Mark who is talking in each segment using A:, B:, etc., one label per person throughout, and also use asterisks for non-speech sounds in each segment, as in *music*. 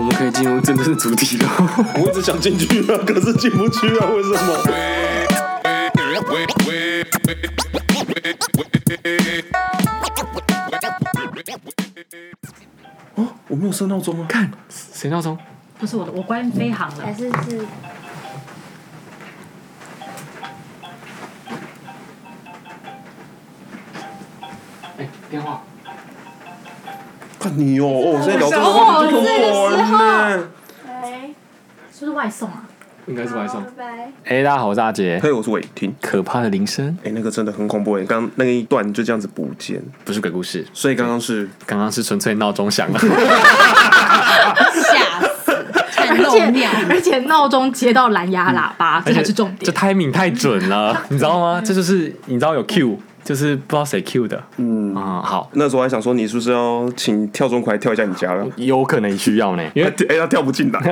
A: 们可以进入真正的主题了。
B: 我一直想进去啊，可是进不去啊，为什么？哦，我没有设闹钟啊！
A: 看 *laughs* 谁闹钟？
C: 不是我的，我关飞行了
D: 还。
E: 哎
D: 是是
A: 哎，电话。
B: 看你哦，哦，现在聊这个
C: 哦
B: 话题就很火了呢。
D: 来，
C: 是不是外送啊？
A: 应该是晚上
D: 拜。拜。
A: 哎、大家好，我是阿杰。
B: 嘿，我是伟霆。
A: 可怕的铃声
B: 哎、那个真的很恐怖哎，刚那一段就这样子不见，
A: 不是鬼故事，
B: 所以刚刚是
A: 刚刚是纯粹闹钟 *laughs* 响了。
C: 吓死！看
D: 而
C: 漏
D: 且
C: 尿， *laughs*
D: 而且闹钟接到蓝牙喇叭，
C: 这才是重
A: 这
C: 点。
A: timing 太准
C: *laughs*
A: 了，你知道吗？这就是你知道有 Q，就是不知道谁 Q 的。嗯啊、好，
B: 那时候还想说，你是不是要请跳钟馗来跳一下你家了？
A: 有可能需要呢，因
B: 哎、
A: 为
B: 哎他跳不进来， *laughs*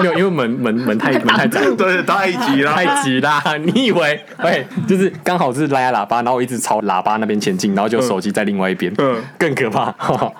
A: 没有因为门门门太门太窄。
B: 对，太哦急
A: *laughs*
B: 了。
A: 太急啦！你以为？ *laughs* 哎，就是刚好是蓝牙喇叭，然后我一直朝喇叭那边前进，然后就手机在另外一边，
B: 嗯
A: 更可怕。 *laughs* 好，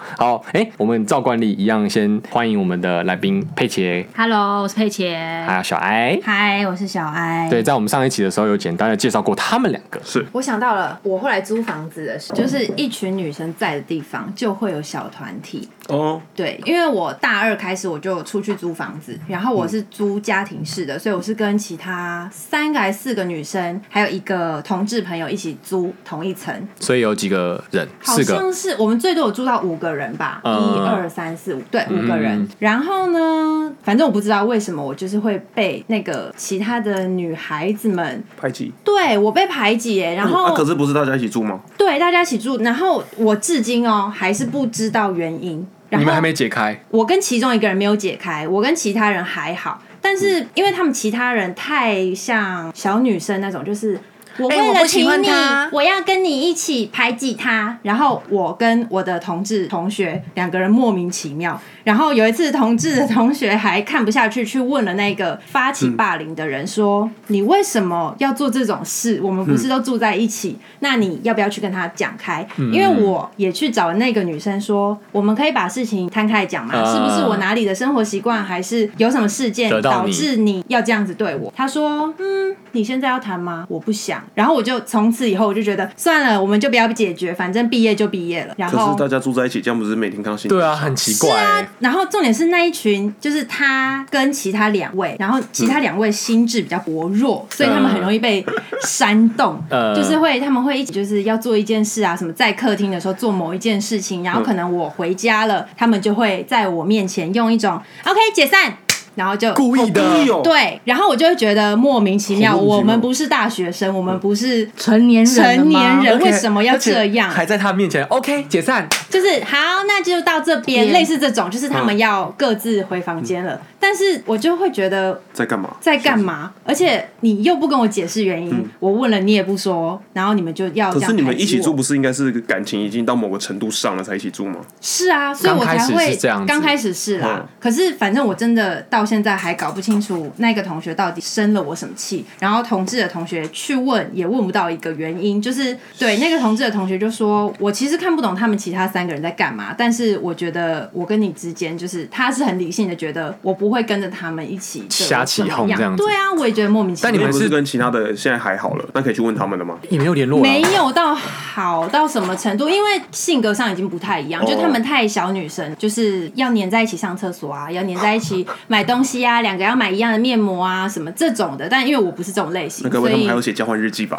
A: 哎，我们照惯例一样，先欢迎我们的来宾佩奇，
C: Hello，我是佩姐。
A: 还有小艾。
D: 嗨，我是小艾。
A: 对，在我们上一期的时候有简单的介绍过他们两个，
E: 我想到了，我后来租房子的时候，就是一群女生在的地方就会有小团体。
B: 哦，
E: 对，因为我大二开始我就出去租房子，然后我是租家庭式的，所以我是跟其他三个还是四个女生，还有一个同志朋友一起租同一层，
A: 所以有几个人，
E: 好
A: 四个
E: 像是我们最多有住到五个人吧，
A: 嗯
E: 一二三四五，对，五个人。然后呢，反正我不知道为什么我就是会被那个其他的女孩子们，
B: 太急。
E: 对我被排挤耶，
A: 嗯
E: 然后、
B: 啊，可是不是大家一起住吗？
E: 对，大家一起住。然后我至今哦还是不知道原因。然
A: 你
E: 后
A: 们还没解开。
E: 我跟其中一个人没有解开，我跟其他人还好，但
A: 嗯
E: 是因为他们其他人太像小女生那种，就是。我
D: 哎
E: 为
D: 我
E: 了
D: 不喜
E: 请
D: 欢
E: 你，
D: 他
E: 我要跟你一起排挤他。然后我跟我的同志同学两个人莫名其妙。然后有一次，同志的同学还看不下去，去问了那个发起霸凌的人说：“你为什么要做这种事？我们不是都住在一
A: 嗯
E: 起？那你要不要去跟他讲开？”因为我也去找那个女生说：“我们可以把事情摊开讲嘛，
A: 啊
E: 是不是我哪里的生活习惯，还是有什么事件
A: 得到
E: 导
A: 你
E: 致你要这样子对我？”他说：“嗯，你现在要谈吗？我不想。”然后我就从此以后我就觉得算了，我们就不要解决，反正毕业就毕业了。然
B: 可
E: 后
B: 是大家住在一起，这样不是每天看到新闻？
A: 对啊，很奇怪、欸。
E: 然后重点是那一群，就是他跟其他两位，然后其
B: 嗯
E: 他两位心智比较薄弱，所以他们很容易被煽
B: *laughs*
E: 动，
B: 嗯
A: 呃
E: 就是会他们会一起就是要做一件事啊，什么在客厅的时候做某一件事
B: 嗯
E: 情，然后可能我回家了，他们就会在我面前用一种 OK 解散，然后就
A: 故意的
B: 好故意哦
E: 对，然后我就会觉得莫名其妙，
B: 好莫名其妙
E: 我们不是大学生，我们不是
C: 成年人了吗
E: 成年人
A: 而且
E: 为什么要这样？
A: 还在他面前，OK，解散。
E: 就是好，那就到这
B: 嗯
E: 边，
C: 边
E: 类似这种，就是他们要各自回房间了。但是我就会觉得
B: 在干嘛？
E: 在干嘛？而且你又不跟我解释原因，我问了你也不说，然后你们就要
B: 嗯
E: 这
B: 可
E: 样
B: 是你们
E: 排挤
B: 一起住，
E: 我
B: 不是应该是感情已经到某个程度上了才一起住吗？
E: 是啊，所以我
A: 刚
E: 才
A: 开始
E: 会
A: 是这样子
E: 刚开始是啦、
B: 嗯
E: 可是反正我真的到现在还搞不清楚那个同学到底生了我什么气。然后同志的同学去问也问不到一个原因，就是对那个同志的同学就说，我其实看不懂他们其他三个人在干嘛，但是我觉得我跟你之间就是他是很理性的，觉得我不会跟着他们一起
A: 瞎起哄
E: 这
A: 这样子
E: 对啊，我也觉得莫名其妙。
A: 但你们
B: 那不
A: 是
B: 是跟其他的现在还好了，那可以去问他们了吗？
A: 也没有联络了，
E: 没有到好到什么程度，因为性格上已经不太一样，
B: 哦
E: 就他们太小女生，就是要黏在一起上厕所啊，要黏在一起买东西啊，两个要买一样的面膜啊，什么这种的。但因为我不是这种类型，
B: 那该不
E: 所
B: 会他们
E: 以
B: 还有写交换日记吧？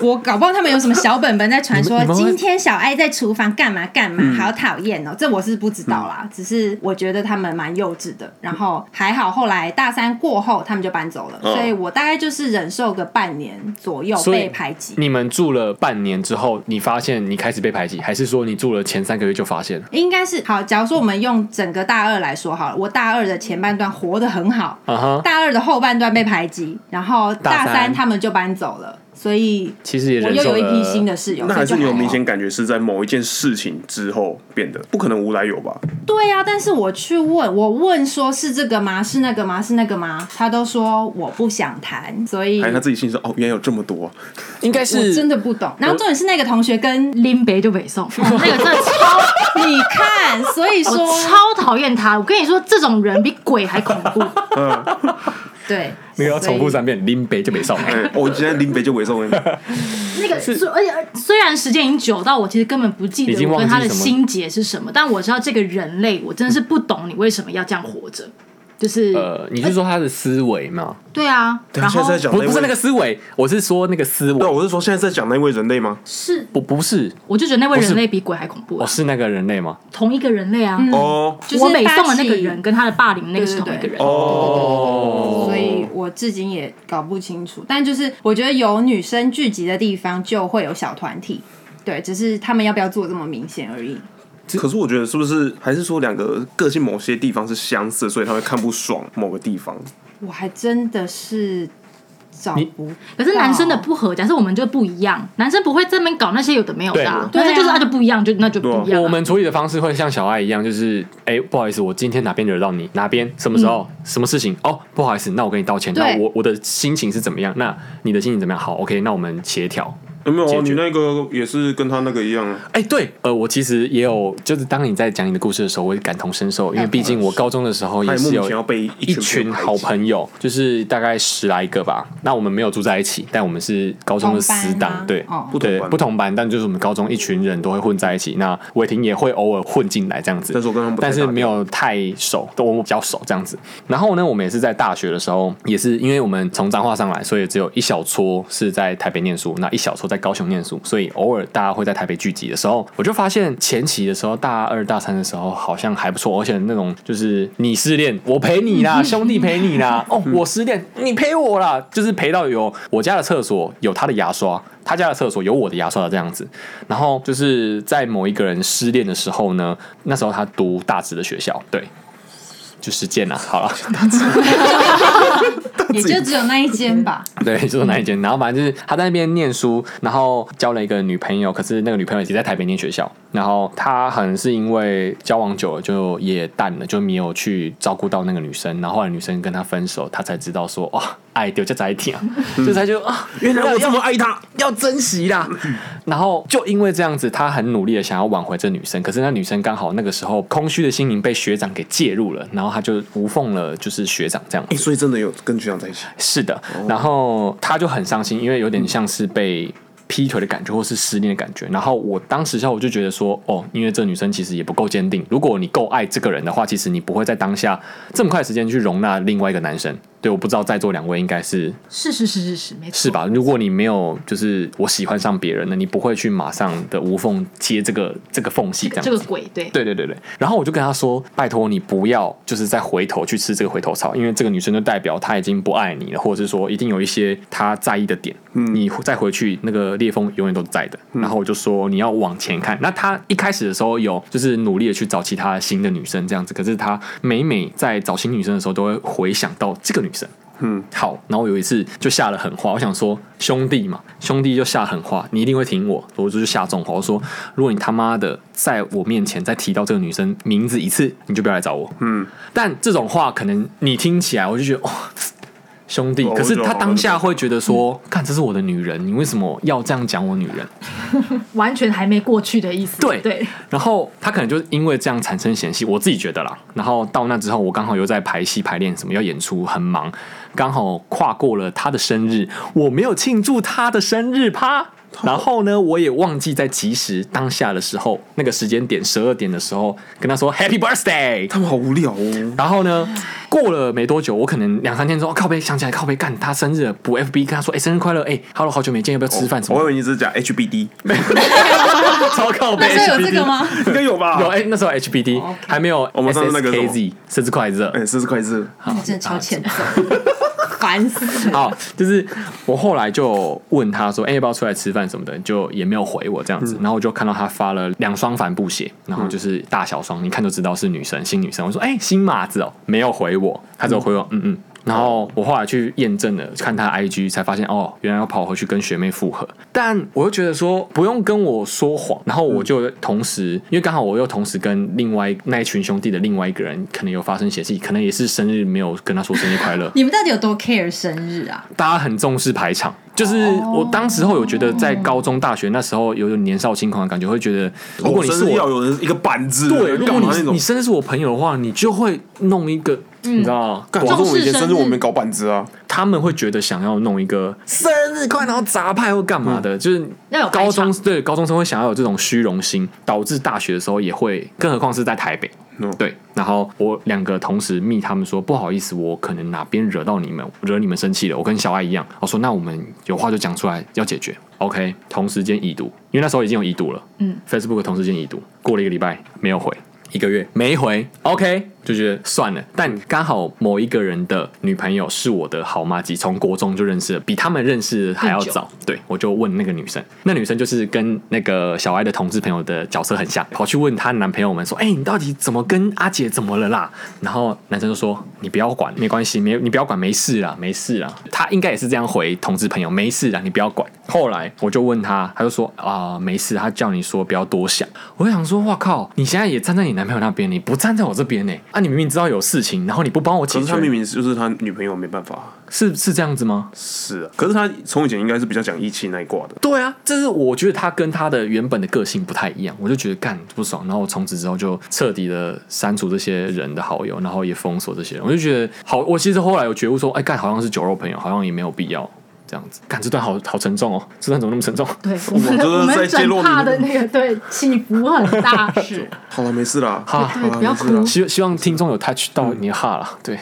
E: 我搞不好他们有什么小本本在传
B: *laughs*
E: 说嗯
A: 你们你们会
E: 今天小爱在厨房干嘛干
B: 嗯
E: 嘛，好讨厌哦。这我是不知道啦，只是我觉得他们蛮幼稚的。然后还好后来大三过后他们就搬走了，
B: 哦
E: 所以我大概就是忍受个半年左右
A: 所以
E: 被排挤。
A: 你们住了半年之后，你发现你开始被排挤，还是说你住了前三个月就发现了？
E: 应该是好。假如说我们用整个大二来说好了，我大二的前半段活得很好，
A: 啊哈，
E: 大二的后半段被排挤，然后
A: 大
E: 大
A: 三
E: 三他们就搬走了，所以
A: 其实也
E: 我
A: 忍
E: 又
A: 受
E: 有一批新
A: 了。
E: 的室友，
B: *laughs* 那还是
E: 所以
B: 你
E: 就
B: 有
E: 好
B: 明显感觉是在某一件事情之后变的，不可能无来由吧？
A: 嗯
E: 对呀、但是我去问，我问说是这个吗？是那个吗？是那个吗？他都说我不想谈，所以
B: 还是他自己心里说哦，原来有这么多， *laughs*
A: 应该
E: 我
A: 哎是
E: 真的不懂。然后重点是那个同学跟哦
C: 林北就北送，那个真的超，
E: 你看，所以说
C: *laughs* 我超讨讨厌他。我跟你说，这种人比鬼还恐
A: *laughs*
C: 怖。
B: 嗯
E: 对，
A: 那个要重复三遍，林北就北上。
B: *laughs* 哎，我今天林北就尾送
A: *laughs*
B: 了，
C: 那个，虽而且虽然时间已经久到我其实根本不记
A: 已
C: 得
A: 经忘
C: 我
A: 记
C: 跟他的
A: 什么
C: 心结是什么，但我知道这个人类，我真的是不懂你为什么要这样活着。就是、
A: 呃，你是说他的思维吗？
C: 对啊，
B: 等一
C: 然
B: 下现
C: 后
B: 在在讲
A: 不，
B: 位
A: 不是那个，思维，我是说那个思
B: 对，啊
A: 维，
B: 我是说现在在讲那位人类吗？
C: 是，
A: 不不是，
C: 我就觉得那位
A: 不是
C: 人类比鬼还恐怖、
A: 我
C: 啊，
A: 是那个人类吗？
C: 同一个人类啊。
A: 嗯
B: 哦
E: 就是
C: 我北宋的那个
E: 八旗
C: 人跟他的霸凌那个是同一个人，
B: 哦，
E: 所以我至今也搞不清楚。但就是我觉得有女生聚集的地方就会有小团体，对，只是他们要不要做这么明显而已。
B: 可是我觉得是不是还是说两个个性某些地方是相似，所以他会看不爽某个地方？
E: 我还真的是找不，
C: 可是男生的不合，假设我们就不一样，男生不会这边搞那些有的没有的、啊，
E: 对
C: 男生就是
E: 对啊
C: 啊就不一样，就那就不一样啊、
A: 我们处理的方式会像小爱一样，就是哎、不好意思，我今天哪边惹到你，哪边什么时候、什么事情哦，不好意思，那我跟你道歉。
E: 嗯对
A: 那我我的心情是怎么样？那你的心情怎么样？好，OK，那我们协调。
B: 有没有
A: 解
B: 啊？
A: 决
B: 你那个也是跟他那个一样啊？
A: 哎、对，呃，我其实也有，就是当你在讲你的故事的时候，我也感同身受，因为毕竟我高中的时候
B: 他
A: 也
B: 也莫
A: 是
B: 名
A: 有
B: 其妙被
A: 一
B: 一
A: 群好朋友，就是大概十来个吧。那我们没有住在一起，但我们是高中的死
E: 同班吗
A: 党，对，
E: 哦
B: 不同
A: 对，
B: 班
A: 不同班，但就是我们高中一群人都会混在一起。那伟霆也会偶尔混进来这样子，
B: 但是我跟他们不太
A: 但是
B: 搭调
A: 没有太熟，都我们比较熟这样子。然后呢，我们也是在大学的时候，也是因为我们从彰化上来，所以只有一小撮是在台北念书，那一小撮在高雄念书，所以偶尔大家会在台北聚集的时候，我就发现前期的时候，大二大三的时候好像还不错，而且那种就是你失恋，我陪你
B: *laughs*
A: 啦，兄弟陪你啦，哦，我失恋，你陪我啦，就是陪到有我家的厕所有他的牙刷。他家的厕所有我的牙刷这样子。然后就是在某一个人失恋的时候呢，那时候他读大直的学校，对，就实践了，啊好了， *laughs*
E: 也就只有那一间吧。
A: 对，就是那一间。然后反正就是他在那边念书，然后交了一个女朋友，可是那个女朋友已经在台北念学校。然后他可能是因为交往久了就也淡了，就没有去照顾到那个女生。然后后来女生跟他分手，他才知道说哇，爱丢就在一起啊，就才就啊，
B: 原来我这么爱他，
A: 要珍惜啦。然后嗯就因为这样子，他很努力的想要挽回这女生，可是那女生刚好那个时候空虚的心灵被学长给介入了，然后他就无缝了，就是学长这样
B: 哎，
A: 子。
B: 所以真的有跟学长在一起，
A: 是的，然后他就很伤心，因为有点像是被。劈腿的感觉，或是失恋的感觉。然后我当时下我就觉得说，哦，因为这女生其实也不够坚定。如果你够爱这个人的话，其实你不会在当下这么快的时间去容纳另外一个男生。对，我不知道在座两位应该是
C: 是是是是是，没错，
A: 是吧？？如果你没有就是我喜欢上别人了，你不会去马上的无缝接这个这个缝隙这样
C: 这
A: 子。
C: 个鬼对，
A: 对对对对，然后我就跟他说：“拜托你不要，就是再回头去吃这个回头草，因为这个女生就代表她已经不爱你了，或者是说一定有一些她在意的点，你再回去那个裂缝永远都在的。”然后我就说：“你要往前看。”那他一开始的时候有就是努力的去找其他新的女生这样子，可是他每每在找新女生的时候，都会回想到这个女生。好，然后有一次就下了狠话，我想说兄弟嘛，兄弟就下狠话，你一定会挺我，我就下重话，我说如果你他妈的在我面前再提到这个女生名字一次，你就不要来找我。嗯，但这种话可能你听起来，我就觉得哇、兄弟，
B: 哦
A: 可是
B: 我知嗯
A: 他
B: 道
A: 当下会觉得说，看这是我的女人，你为什么要这样讲我女人？
C: 完全还没过去的意思。
A: 对
C: 对，
A: 然后他可能就是因为这样产生嫌隙，我自己觉得啦。然后到那之后，我刚好又在排戏、排练什么，要演出，很忙，刚好跨过了他的生日，我没有庆祝他的生日趴。然后呢，我也忘记在及时当下的时候，那个时间点十二点的时候，跟他说 Happy Birthday。
B: 他们好无聊哦。
A: 然后呢，过了没多久，我可能两三天之哦后，靠背想起来，靠背干他生日了，补 FB 跟他说，哎、生日快乐，哎、h e l l o 好久没见，要不要吃饭什么
B: 我以为你只是讲 HBD，
A: *laughs* 超靠背。
E: 那时候有这个吗？
B: 应该有
A: *laughs*
B: 吧？
A: 有哎、那时候 HBD 还没有
B: 我们上次那个什么
A: SSKZ 生日快乐。
B: 哎，四十块是
E: 那真的超欠揍，烦
A: *laughs*
E: 死！
A: 好，就是我后来就问他说：“哎、要不要出来吃饭什么的？”就也没有回我这样子。然后我就看到他发了两双帆布鞋，然后就是大小双，一看就知道是女生，新女生。我说：“哎、新码子哦。”没有回我，他只有回我：“嗯嗯，然后我后来去验证了，看他 IG 才发现，哦，原来要跑回去跟学妹复合。但我又觉得说不用跟我说谎，然后我就同时，因为刚好我又同时跟另外那一群兄弟的另外一个人可能有发生嫌隙，可能也是生日没有跟他说生日快乐
E: *laughs* ，你们到底有多 care 生日啊？
A: 大家很重视排场。就是我
C: 哦
A: 当时候有觉得，在高中、大学那时候有点年少轻狂的感觉，会觉得如果你是
B: 哦生日
A: 我
B: 要有人一个板子，
A: 对，如果
B: 干嘛
A: 你
B: 那
A: 是
B: 种
A: 你？生日是我朋友的话，你就会弄一个，
C: 嗯
A: 你知道
B: 干，
A: 广
B: 我
A: 州
B: 说我以前生
C: 重视
B: 日
C: 生日
B: 我们搞板子啊，
A: 他们会觉得想要弄一个生日快乐，然后砸派或干嘛的，就是
C: 要有排
A: 高中
C: 场
A: 对高中生会想要有这种虚荣心，导致大学的时候也会，更何况是在台北。
B: 嗯
A: 对，然后我两个同时密他们说，不好意思，我可能哪边惹到你们，惹你们生气了。我跟小爱一样，我说那我们有话就讲出来，要解决。OK，同时间已读，因为那时候已经有已读了。嗯，Facebook 同时间已读，过了一个礼拜没有回，一个月没回，OK，就觉得算了。但刚好某一个人的女朋友是我的好妈吉，从国中就认识了，比他们认识还要
C: 更久
A: 早。对，我就问那个女生，那女生就是跟那个小爱的同志朋友的角色很像，跑去问她男朋友们说：“哎、你到底怎么跟阿姐怎么了啦？”然后男生就说：“你不要管，没关系，没你不要管，没事啦，没事啦。”他应该也是这样回同志朋友：“没事啊啦，你不要管。”后来我就问啊他，他就说：“啊、没事。”他叫你说不要多想。我就想说：“哇靠，你现在也站在你男朋友那边，你不站在我这边呢、啊，你明明知道有事情，然后你不帮我解
B: 可是
A: 决
B: 他，明明就是他女朋友，没办法。
A: 是是这样子吗？”
B: 是啊，可是他从以前应该是比较讲义气那一挂的。
A: 对啊，这是我觉得他跟他的原本的个性不太一样，我就觉得干不爽，然后从此之后就彻底的删除这些人的好友，然后也封锁这些人，我就觉得好，我其实后来有觉悟说，哎干好像是酒肉朋友，好像也没有必要这样子，干这段好好沉重哦，这段怎么那么沉重？
C: 对，我们
B: 觉得
C: *laughs* 我
B: 在
C: 们
B: 揭露
C: 整怕
B: 你
C: 的那个对起伏很大，是
B: 好了，没事啦。
A: 好啊
B: 好
C: 对，
B: 啦
C: 不要
B: 没事啦
C: 哭，
A: 希希望听众有 touch 到你的哈了，对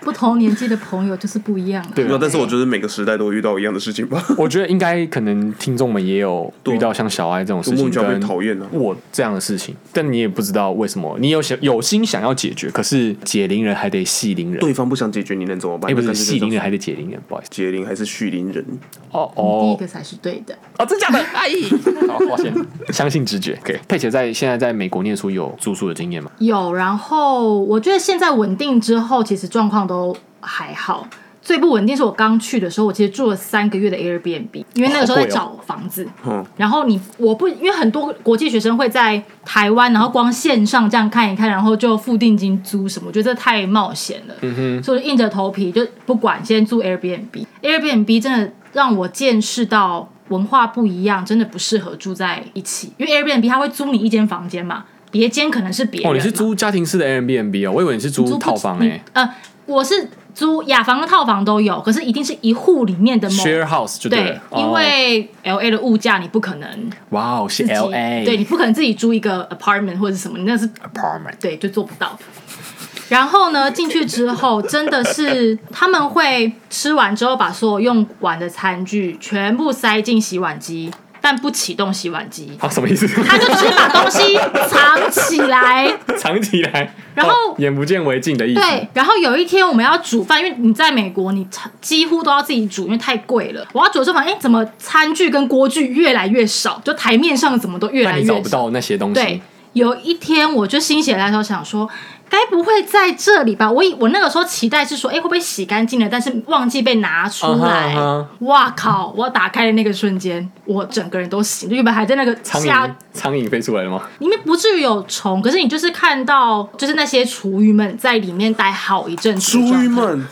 C: 不同年纪的朋友就是不一样了。
A: 对
B: 没有，
A: 啊，
B: 但是我觉得每个时代都会遇到一样的事情吧。
A: 我觉得应该可能听众们也有
B: 对啊
A: 遇到像小爱这种事
B: 莫
A: 情，
B: 名其妙被
A: 跟
B: 讨厌了
A: 我这样的事情，但你也不知道为什么，你有想有心想要解决，可是解铃人还得系铃人，啊
B: 对方不想解决，你能怎么办？
A: 哎，不是
B: 那干脆就
A: 系铃
B: 这
A: 人
B: 样
A: 还得解铃人，不好意思。
B: 解铃还是续铃人？
A: 哦
C: 第一
A: 哦
C: 个才是对的，
A: 哦，真假的？阿姨，好，抱歉， *laughs* 相信直觉。OK，佩姐在现在在美国念书有住宿的经验吗？
C: 有。然后我觉得现在稳定之后，其实状况都还好。最不稳定是我刚去的时候，我其实住了三个月的 Airbnb，因为那个时候在
A: 好
C: 找房子。
B: 嗯
C: 然后你我不因为很多国际学生会在台湾，然后光线上这样看一看，然后就付定金租什么，我觉得这太冒险了。
A: 嗯
C: 所以我就硬着头皮就不管，先租 Airbnb。Airbnb 真的让我见识到文化不一样，真的不适合住在一起，因为 Airbnb 它会租你一间房间嘛，别间可能是别人嘛。
A: 哦，你是租家庭式的 Airbnb 哦，我以为你是租
C: 租不
A: 套房欸诶、
C: 你呃，我是租雅房跟套房都有，可是一定是一户里面的某。
A: s h a r e house 就
C: 对
A: 了，，
C: 因为 L A 的物价你不可能
A: 哦哇哦是
C: 自己
A: L A
C: 对你不可能自己租一个 apartment 或者什么，你那是
A: apartment
C: 对，就做不到。然后呢，进去之后真的是他们会吃完之后把所有用完的餐具全部塞进洗碗机，但不启动洗碗机，
A: 啊什么意思？
C: 他就只是把东西藏起来。
A: *laughs* 藏起来，
C: 然后
A: 哦眼不见为净的意思。
C: 对，然后有一天我们要煮饭，因为你在美国，你几乎都要自己煮，因为太贵了。我要煮的时候发现，哎，怎么餐具跟锅具越来越少，就台面上怎么都越
A: 那
C: 来
A: 你
C: 越
A: 找
C: 少
A: 不。到那些东
C: 对
A: 西，，
C: 有一天我就心血来潮想说，该不会在这里吧？我以我那个时候期待是说，哎、会不会洗干净了？但是忘记被拿出来。
A: 嗯哼嗯
C: 哇靠！我打开的那个瞬间，我整个人都醒，就原本还在那个
A: 苍
C: 下
A: 蝇苍蝇飞出来了吗？
C: 里面不至于有虫，可是你就是看到就是那些厨余们在里面待好一阵子
A: 啊
B: 淑
C: 的状态，
B: 玉们，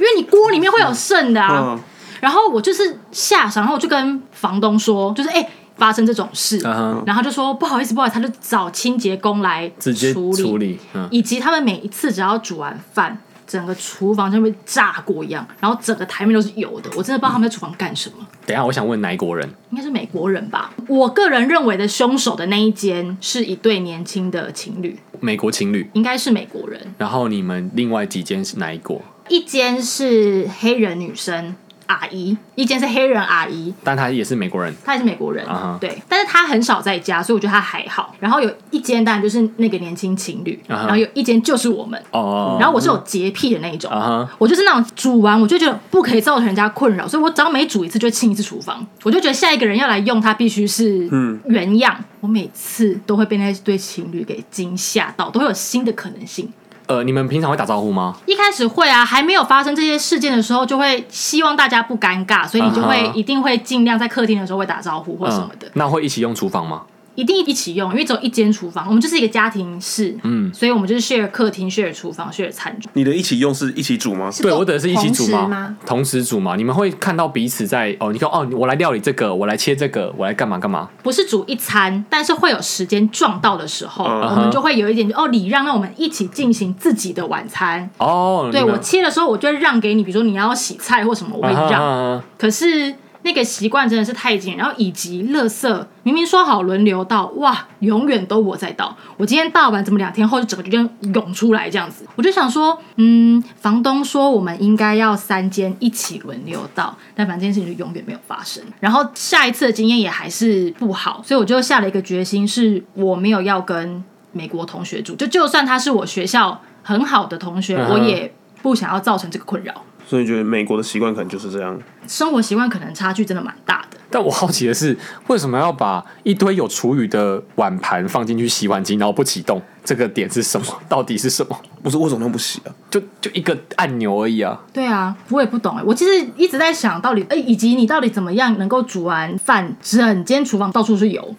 C: 因为你锅里面会有剩的啊。
B: 嗯，
C: 然后我就是吓傻，然后我就跟房东说，就是哎、诶发生这种事
A: 嗯哼
C: 然后就说不好意思，不好意思，他就找清洁工来
A: 直接
C: 处
A: 处理嗯
C: 以及他们每一次只要煮完饭，整个厨房就会炸锅一样，然后整个台面都是油的，我真的不知道他们在厨房干什么。
A: 等一下，我想问哪一国人？
C: 应该是美国人吧？我个人认为的凶手的那一间是一对年轻的情侣，
A: 美国情侣。
C: 应该是美国人。
A: 然后你们另外几间是哪一国？
C: 一间是黑人女生阿姨，一间是黑人阿姨，
A: 但他也是美国人。
C: 他也是美国人
A: 啊哈
C: 对，但是他很少在家，所以我觉得他还好。然后有一间当然就是那个年轻情侣
A: 啊哈
C: 然后有一间就是我们。
A: 哦，
C: 然后我是有洁癖的那一种
A: 啊哈
C: 我就是那种煮完我就觉得不可以造成人家困扰，所以我只要每煮一次就清一次厨房，我就觉得下一个人要来用它必须是原样。我每次都会被那对情侣给惊吓到，都会有新的可能性。
A: 呃，你们平常会打招呼吗？
C: 一开始会啊，还没有发生这些事件的时候，就会希望大家不尴尬，所以你就会、
A: 啊哈
C: 一定会尽量在客厅的时候会打招呼或什么的，
A: 嗯那会一起用厨房吗？
C: 一定一起用，因为只有一间厨房，我们就是一个家庭式，嗯，所以我们就是 share 客厅、share 厨房、share 餐桌。
B: 你的一起用是一起煮吗？
A: 对，我指的是一起煮
E: 同时
A: 嘛
E: 吗，
A: 同时煮嘛，你们会看到彼此在哦，你看哦，我来料理这个，我来切这个，我来干嘛干嘛，
C: 不是煮一餐，但是会有时间撞到的时候，
A: 啊
B: 嗯
C: 我们就会有一点哦礼让，那我们一起进行自己的晚餐。
A: 哦，
C: 对
A: 你们
C: 我切的时候，我就会让给你，比如说你要洗菜或什么，我会
A: 啊哈
C: 让。
A: 啊
C: 可是那个习惯真的是太紧，然后以及垃圾明明说好轮流倒，哇，永远都我在倒。我今天倒完，怎么两天后就整个就这样涌出来这样子？我就想说，嗯，房东说我们应该要三间一起轮流倒，但反正这件事情就永远没有发生。然后下一次的经验也还是不好，所以我就下了一个决心，是我没有要跟美国同学住，就就算他是我学校很好的同学，
A: 嗯哼
C: 我也不想要造成这个困扰。
B: 所以你觉得美国的习惯可能就是这样。
C: 生活习惯可能差距真的蛮大的。
A: 但我好奇的是，为什么要把一堆有厨余的碗盘放进去洗碗机，然后不启动？这个点是什么？ *laughs* 到底是什么？
B: 不是为什么他不洗啊？
A: 就就一个按钮而已
C: *laughs*
A: 啊！
C: 对啊，我也不懂哎，我其实一直在想到底，哎，以及你到底怎么样能够煮完饭，整间厨房到处是油，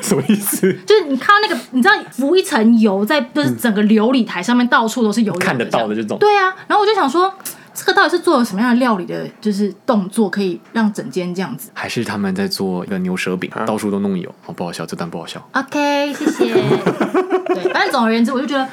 A: 什么意思？
C: 就是你看到那个，你知道浮一层油在，就是整个琉璃台上面到处都是油油的
A: 看得到的
C: 这
A: 这
C: 样
A: 种
C: 对啊，然后我就想说，这个到底是做了什么样的料理的，就是动作可以让整间这样子
A: 还是他们在做一个牛舌饼，
C: 啊
A: 到处都弄油，好不好笑？这段不好笑。
C: ？OK，
A: *laughs*
C: 谢谢。对，反正总而言之，我就觉得，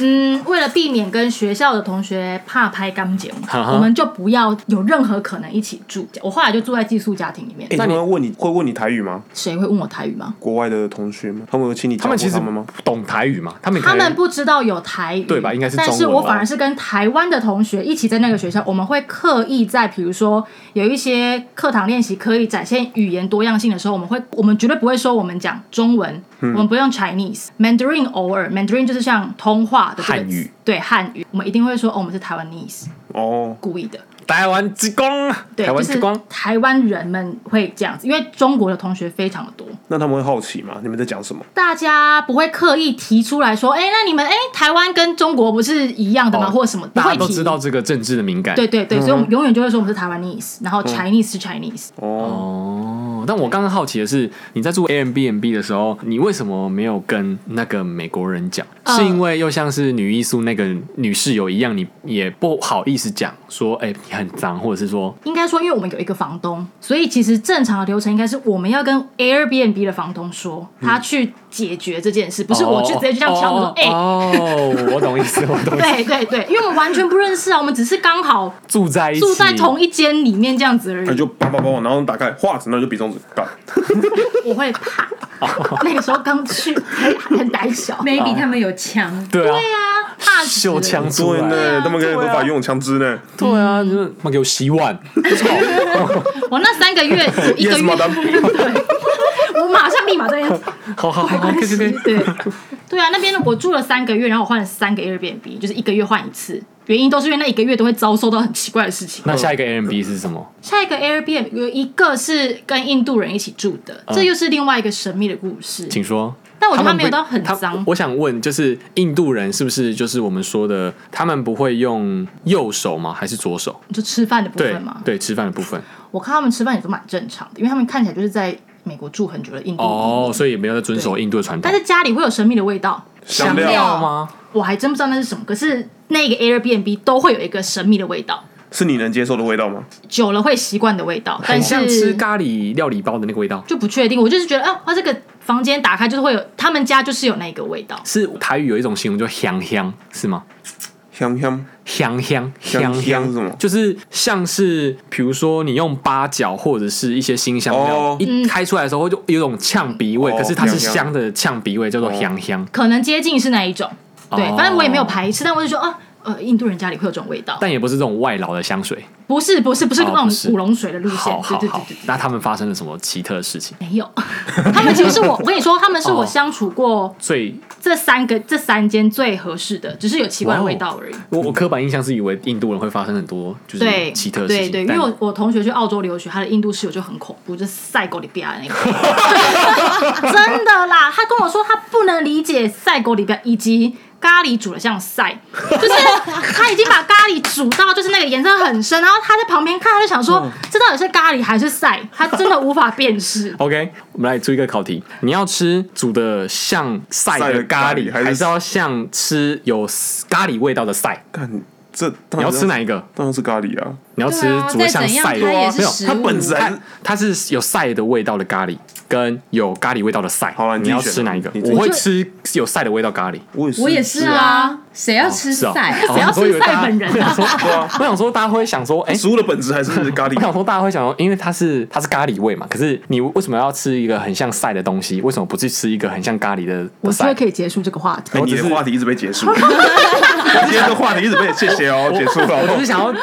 C: 嗯，为了避免跟学校的同学怕拍干节目，
A: 哈哈
C: 我们就不要有任何可能一起住。我后来就住在寄宿家庭里面。
B: 哎、
A: 那
B: 他
A: 你
B: 们会问你会问你台语吗？
C: 谁会问我台语吗？
B: 国外的同学吗？他们有请你教
A: 他
B: 过
A: 们其实
B: 们吗？
A: 懂台语吗？他们可
C: 他
A: 能
C: 们不知道有台语，
A: 对吧应该是中文
C: 但
A: 吧
C: 是我反而是跟台湾的同学一起在那个学校，我们会刻意在比如说有一些课堂练习可以展现语言多样性的时候，我们会，我们绝对不会说我们讲中文，
A: 嗯
C: 我们不用 Chinese、Mandarin 偶尔，Mandarin 就是像通话的这个
A: 汉语
C: 词，对汉语，我们一定会说哦，我们是台湾 nese，
B: 哦，
C: 故意的。
A: 台湾之光，
C: 对，
A: 台湾
C: 就是
A: 之光。
C: 台湾人们会这样子，因为中国的同学非常的多，
B: 那他们会好奇吗？你们在讲什么？
C: 大家不会刻意提出来说，哎、那你们哎、台湾跟中国不是一样的吗？
A: 哦
C: 或者什么？不
A: 大
C: 会
A: 家都
C: 提。
A: 知道这个政治的敏感。
C: 对对对，所以我们永远就会说我们是台湾 nese，然后 Chinese 是 Chinese。
B: 哦，
A: 哦，但我刚刚好奇的是，你在住 Airbnb 的时候，你为什么没有跟那个美国人讲？
C: 嗯
A: 是因为又像是女艺术那个女室友一样，你也不好意思讲说，哎、你很脏，或者是说，
C: 应该说，因为我们有一个房东，所以其实正常的流程应该是我们要跟 Airbnb 的房东说，他去解决这件事，不是我去直接去这样敲门说
A: 哦，
C: 哎、
A: 哦，我懂意思，我懂意思，
C: 对对对，因为我们完全不认识啊，我们只是刚好
A: 住在一起，
C: 住在同一间里面这样子而
B: 那
C: 已
B: 你。就叭叭叭，然后打开画纸，那就比中指，打。
C: 我会怕，那个时候刚去，还很胆小。
D: ，maybe 他们有枪，
A: 啊对啊，
C: 对啊，怕死
A: 秀枪出
B: 对
A: 来，啊
B: 呢，他们可以合法拥有枪支呢。
A: 对啊，就是妈给我洗碗，
C: 我那三个月，一个
B: Yes,
C: 月，
B: madam
C: 对，我马上立马在 *laughs* 那边
A: 好好好，哦可以可以，可以
C: 对对啊，那边我住了三个月，然后我换了三个 Airbnb，就是一个月换一次。原因都是因为那一个月都会遭受到很奇怪的事情。
A: 那下一个 Airbnb 是什么？
C: 下一个 Airbnb 有一个是跟印度人一起住的，这又是另外一个神秘的故事。
A: 嗯请说。
C: 但我觉得他没有
A: 不
C: 到很
A: 他
C: 脏
A: 我想问，就是印度人是不是就是我们说的，他们不会用右手吗？还是左手？
C: 你就吃饭的部
A: 对
C: 分嘛，
A: 对，吃饭的部分。
C: 我看他们吃饭也都蛮正常的，因为他们看起来就是在美国住很久的印度移民
A: 哦，所以也没有在遵守印度的传统
C: 但。是家里会有神秘的味道，
B: 香
A: 香
B: 料
A: 料吗？
C: 我还真不知道那是什么。可是那个 Airbnb 都会有一个神秘的味道，
B: 是你能接受的味道吗？
C: 久了会习惯的味道，但
A: 很
C: 是
A: 像吃咖喱料理包的那个味道，
C: 就不确定。我就是觉得，啊，他这个房间打开就是会有，他们家就是有那个味道。
A: 是台语有一种形容叫“香香”，是吗？
B: 香香
A: 香香
B: 香香是什么
A: 就是像是比如说你用八角或者是一些新香料，
B: 哦
A: 一开出来的时候就有种呛鼻味，
B: 哦
A: 可是它是
B: 香
A: 香
B: 香
A: 的呛鼻味，叫做
B: 哦
A: 香香。
C: 可能接近是那一种，对，
A: 哦
C: 反正我也没有排斥，但我就说啊。呃，印度人家里会有这种味道，
A: 但也不是这种外劳的香水。
C: 不是不是不是
A: 哦
C: 那种
A: 不是
C: 古龙水的路线
A: 好，
C: 对
A: 好
C: 对对
A: 好
C: 对，对，
A: 那他们发生了什么奇特的事情？
C: 没有。他们其实是我，我跟你说，他们是
A: 哦
C: 我相处过
A: 最
C: 这三个这三间最合适的，只是有奇怪的味道而已。
A: 我我刻板印象是以为印度人会发生很多哦就是
C: 嗯对，
A: 奇特的事
C: 对
A: 情，
C: 对，因
A: 但。
C: 为我我同学去澳洲留学，他的印度室友就很恐怖，就是赛狗里比亚的那个，真的啦，他跟我说他不能理解赛狗里比亚以及。咖喱煮的像塞，就是他已经把咖喱煮到就是那个颜色很深，然后他在旁边看，他就想说这到底是咖喱还是塞，他真的无法辨识
A: OK，我 *laughs* 们来出一个考题：你要吃煮的像晒
B: 晒
A: 的
B: 的
A: 咖
B: 咖
A: 喱，
B: 喱
A: 还
B: 还
A: 是
B: 是
A: 要像吃有咖喱味道的晒？
B: 干这
A: 你
B: 你
A: 要吃？哪一个？
B: 当然是咖喱啊！
A: 你要吃
E: 对啊
A: 煮的像
E: 再怎样
A: 晒的，哦
E: 它
A: 没
E: 也
A: 有
E: 是食
B: 它本质还
A: 它
B: 是
A: 它是有晒的味道的咖喱，跟有咖喱味道的晒。
B: 好啊
A: 你
B: 你自己
A: 要
B: 选
A: 吃哪一个？
B: 你自己
A: 我会吃有晒的味道咖喱。
B: 我也是，
D: 我也是啊，谁要吃
A: 是
D: 塞
A: 哦，
D: 啊？
A: 哦
C: 谁要吃
A: *laughs* 我以为
C: 晒
A: 大家
C: 本人啊
A: *laughs* 我想说
B: 对啊，
A: 我想说，大家会想说，哎，
B: 食物的本质还是咖
A: 我想
B: 喱。
A: 说，大家会想说，因为它是它是咖喱味嘛，可是你为什么要吃一个很像晒的东西？为什么不去吃一个很像咖喱的
C: 我
A: 的
C: 觉得
A: 晒？
C: 可以结束这个话题。
B: 哎，
A: 我
B: 你
A: 只是
B: 的话题一直被
A: *laughs*
B: 结束，今天的话题一直被谢谢哦，结束
A: 我只是想
B: 了。
A: 要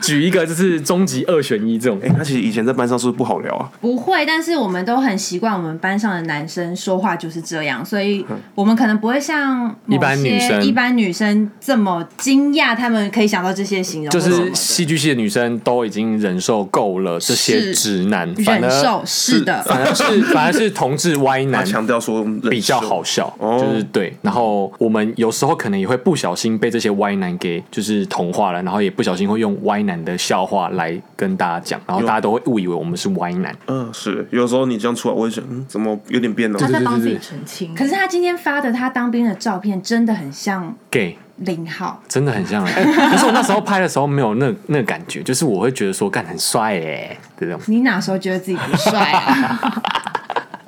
A: 举一个就是终极二选一这种
C: *laughs*
B: 哎，他其实以前在班上是不是不好聊啊？
E: 不会，但是我们都很习惯，我们班上的男生说话就是这样，所以我们可能不会像某
A: 嗯一
E: 些
A: 般女生
E: 一般女生这么惊讶，他们可以想到这些形容，
A: 就
E: 或什么
A: 是
E: 的
A: 戏剧系的女生都已经忍受够了这些
E: 是
A: 直男，反
E: 忍受
A: 而
E: 是的，
A: 反而是反而是同志歪
B: 他
A: 男。
B: 强调说忍受
A: 比较好，笑，
C: *laughs*
B: 哦
A: 就是对。然后我们有时候可能也会不小心被这些歪男给就是同化了，然后也不小心会用歪男的笑话来跟大家讲，然后大家都会误以为我们是歪男。
B: 嗯，是有时候你这样出来，我会想，嗯，怎么有点变了
C: 他？在帮自
A: 对
C: 己
A: 对
C: 澄清， *laughs*
E: 可是他今天发的他当兵的照片真的很像
A: gay
E: 林浩，
A: 真的很像、欸，可是我那时候拍的时候没有那那个感觉，就是我会觉得说干很帅哎、欸，这种。
E: 你哪时候觉得自己不
A: *laughs*
E: 帅啊？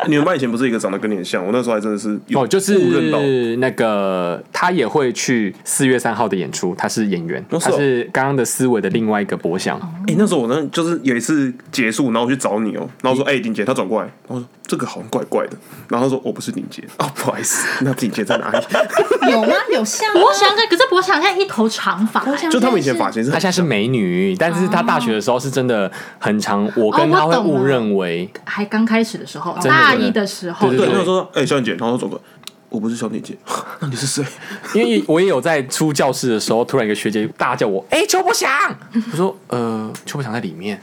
B: 你们班以前不是一个长得跟你很像，我那时候还真的是有
A: 哦，就
B: 误认到。
A: 是那个他也会去四月三号的演出，他是演员，
B: 哦是
A: 他
B: 哦
A: 是刚刚的思维的另外一个博想。
B: 哎、那时候我呢，就是有一次结束，然后我去找你哦、然后说，哎、林杰，他转过来，然后说这个好像怪怪的，然后他说我不是林杰， *laughs* 哦，不好意思，那林杰在哪里？
E: 有吗？有像吗？
C: 博翔跟可是博翔现在一头长发、
E: 我想
B: 就他们以前发型是
A: 她
B: 很
A: 现在是美女，但是她大学的时候是真的很常，我跟她会误认为
C: 还刚开始的时候，
A: 的
C: 大
A: 真的
C: 一的时候，
A: 对
B: 对，那时候哎、小林姐，然后他转过来，我不是小林姐， *laughs* 那你是谁？
A: *laughs* 因为我也有在出教室的时候，突然一个学姐大叫我：“哎、邱伯祥！”我说：“呃，邱伯祥在里面。”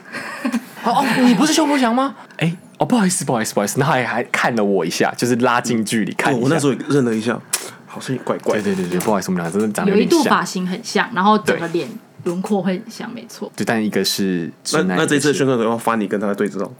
A: 哦哦，你不是邱伯祥吗？哎、哦，不好意思，不好意思，不好意思。然后还还看了我一下，就是拉近距离看
B: 哦
A: 一下。
B: 我那时候也认了一下，好像也怪怪
A: 对
B: 的。
A: 对对对，不好意思，我们俩真的长得
C: 有一
A: 点
C: 度
A: 像
C: 发。型很像，然后整个
A: 对
C: 脸轮廓会很像，没错。
A: 对，但一个是直
B: 那
A: 男，
B: 那这一次
A: 一个
B: 的
A: 是
B: 宣传手要发你跟他的对哦照，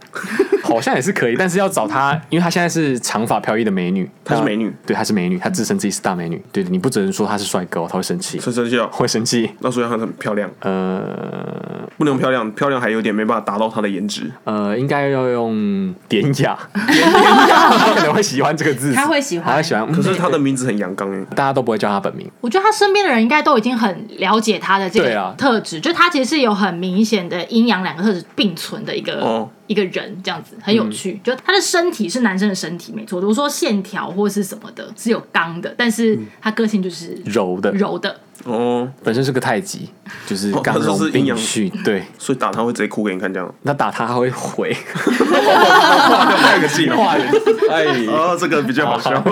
A: 好像也是可以，但是要找她，因为她现在是长发飘逸的美女，
B: 她是
A: 那
B: 美女
A: 对，她是美女，她自称自己是大美女，对你不只能说她是帅哥哦，她会生气，
B: 陈生笑。
A: 会生气，
B: 那时候她很漂亮，
A: 呃。
B: 不能漂亮，漂亮还有点没办法达到她的颜值。
A: 呃，应该要用典雅，典雅， *laughs* 他可能会喜欢这个字，
E: 他会喜欢
A: 他会喜欢。可
B: 可是她的名字很阳刚哎，
A: 大家都不会叫他本名，
C: 我觉得他身边的人应该都已经很了解他的这
A: 对啊
C: 个特质，就他其实是有很明显的阴阳两个特质并存的一个、
B: 哦
C: 一个人，这样子很有
A: 嗯
C: 趣。就他的身体是男生的身体，没错，我说线条或是什么的是有刚的，但是他个性就是
A: 嗯柔的，
C: 柔的，
B: 哦，
A: 本身是个太极，就是
B: 哦
A: 刚
B: 他就
A: 柔
B: 是阴
A: 并
B: 阳
A: 蓄。对，
B: 所以打她会直接哭给你看这样。
A: 那打他他会
B: *laughs*
A: 回，
B: 太个性化了。
A: 哎，
B: 哦，这个比较好笑。 *laughs*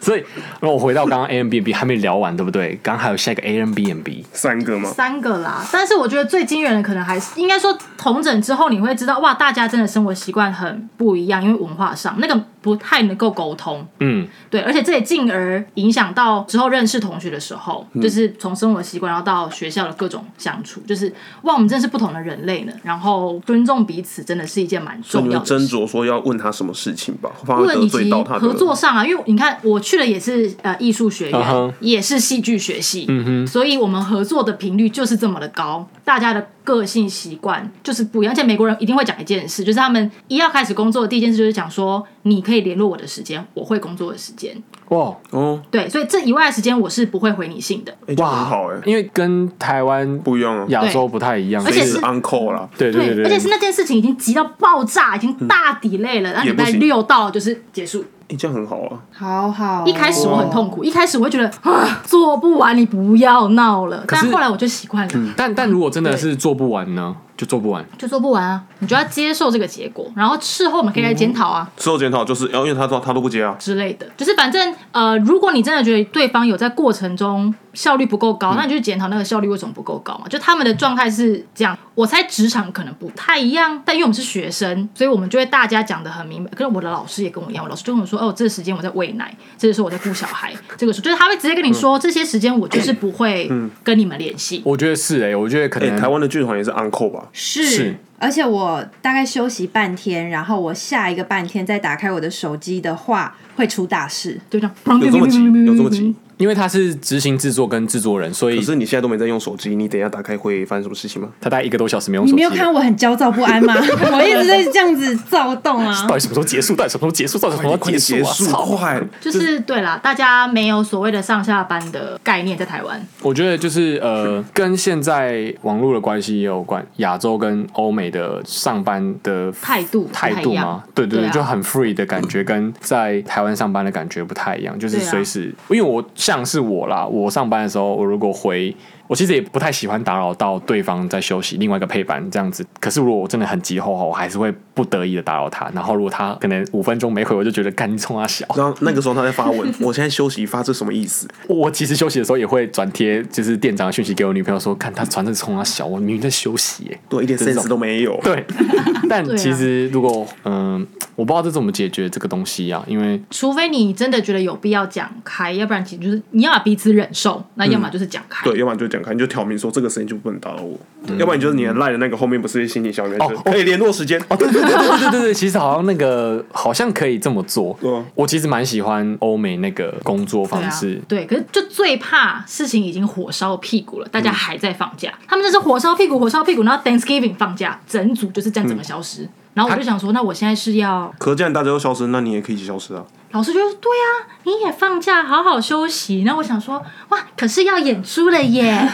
A: 所以那我回到刚刚 A M B B 还没聊完，对不对？刚刚还有下一个 A M B M B，
B: 三个吗？
C: 三个啦，但是我觉得最惊人的可能还是应该说同整之后，你会知道哇，大家真的生活习惯很不一样，因为文化上那个不太能够沟通，
A: 嗯，
C: 对，而且这也进而影响到之后认识同学的时候，就是从生活习惯，然后到学校的各种相处，就是哇，我们真的是不同的人类呢，然后尊重彼此真的是一件蛮
B: 所以
C: 重
B: 你
C: 要
B: 们斟
C: 的事。
B: 酌说要问他什么事情吧，怕会
C: 问
B: 得
C: 以及
B: 罪到他的
C: 合作上啊，因为你看我去的也是呃艺术学院
B: 啊
A: 嗯哼
C: 也是戏剧学系，
B: 嗯
C: 所以我们合作的频率就是这么的高，大家的个性习惯就是不一样。而且美国人一定会讲一件事，就是他们一要开始工作的第一件事就是讲说，你可以联络我的时间，我会工作的时间。
A: 哇
B: 哦，
C: 对，所以这以外的时间我是不会回你信的。
B: 哎，这
A: 哇，
B: 样很好哎，
A: 因为跟台湾
B: 不一样啊，
A: 亚洲不太一样，
C: 而且
A: 就是
C: 是
B: uncle 啦，
A: 对对对，
C: 而且是那件事情已经急到爆炸，已经大底累了，然后
B: 嗯也
C: 礼
B: 不
C: 拜
B: 行
C: 六到了就是结束。
B: 哎，这样很好啊，
E: 好好哦、
C: 一开始我很痛苦，一开始我会觉得啊做不完，你不要闹了。
A: 是嗯
C: 但后来我就习惯了，
A: 但但如果真的是做不完呢，就做不完。
C: 就做不完啊，你就要接受这个结果，然后事后我们可以来检讨啊。
B: 事后检讨就是，哦然后因为他说他都不接啊，
C: 之类的，就是反正呃，如果你真的觉得对方有在过程中效率不够
B: 嗯
C: 高，那你就检讨那个效率为什么不够高嘛？就他们的状态是这样，我猜职场可能不太一样，但因为我们是学生，所以我们就会大家讲的很明白。可是我的老师也跟我一样，我老师就跟我说：“哦，这个时间我在喂奶，这个时候我在顾小孩，这个时候就是他会直接跟你
B: 嗯
C: 说，这些时间我就是不会跟你们联系。
A: 我觉得是哎、我觉得可
B: 哎、
A: 能
B: 台湾的剧团也是 uncle
C: *laughs*
B: 吧？
E: 是，
A: 是
E: 而且我大概休息半天，然后我下一个半天再打开我的手机的话，会出大事。
C: 就这样，砰
B: 有这
C: *laughs*
B: 么急？有这么急？？ *laughs*
A: 因为他是执行制作跟制作人，所以
B: 可是你现在都没在用手机，你等一下打开会发生什么事情吗？
A: 他大概一个多小时没用
E: 你
A: 手
E: 没
A: 机
E: 有
A: 了。
E: 看我很焦躁不
B: *laughs*
E: 安吗？我一直在这样子躁动啊
A: 到。底什么时候结束？到底什么时候结束？到底什么时候
B: 快点
A: 结
B: 结
A: 束啊？
B: 束，
A: 操
B: *laughs* 快！
C: 就是对啦，大家没有所谓的上下班的概念，在台湾
A: 我觉得就是呃，跟现在网络的关系也有关，亚洲跟欧美的上班的
C: 态度不太
A: 态度
C: 一样
A: 吗？对对
C: 对
A: 对，
C: 啊
A: 就很 free 的感觉，跟在台湾上班的感觉不太一样，就是
C: 对啊
A: 随时，因为我像是我啦，我上班的时候，我如果回。我其实也不太喜欢打扰到对方在休息，另外一个配班这样子。可是如果我真的很急后话，我还是会不得已的打扰他。然后如果他可能五分钟没回，我就觉得干你冲他小。
B: 然后那个时候他在发
C: *laughs*
B: 文，我现在休息发这什么意思？
A: 我其实休息的时候也会转贴，就是店长的讯息给我女朋友说，看他传的冲他小，我明明在休息耶、
B: 对，一点
A: 这种
B: sense 都没有。
A: 对，
C: *laughs*
A: 但
C: 对啊
A: 其实如果嗯、我不知道这怎么解决这个东西啊，因
B: *laughs*
A: 为
C: 除非你真的觉得有必要讲开，要不然其实就是你要把彼此忍受，那要么就是讲开。
B: 对，要不然就讲开，你就挑明说这个时间就不能打扰我，要不然你就是你的赖的那个后面不是心情小面，就是
A: 哦
B: 可以联络时间。
A: 哦，对对对对对对对，其实好像那个好像可以这么做。
B: 对啊
A: 我其实蛮喜欢欧美那个工作
C: 对
A: 方
C: 啊
A: 式，，
C: 对，可是就最怕事情已经火烧屁股了，大家还在放假，他们这是火烧屁股，火烧屁股，然后 Thanksgiving 放假，整组就是这样整个消
B: 嗯
C: 失。然后我就想说，那我现在是要
B: 可是既然大家都消失，那你也可以一起消失啊。
C: 老师就说：“对啊，你也放假，好好休息。”然后我想说：“哇，可是要演出了
B: *laughs*
C: 耶，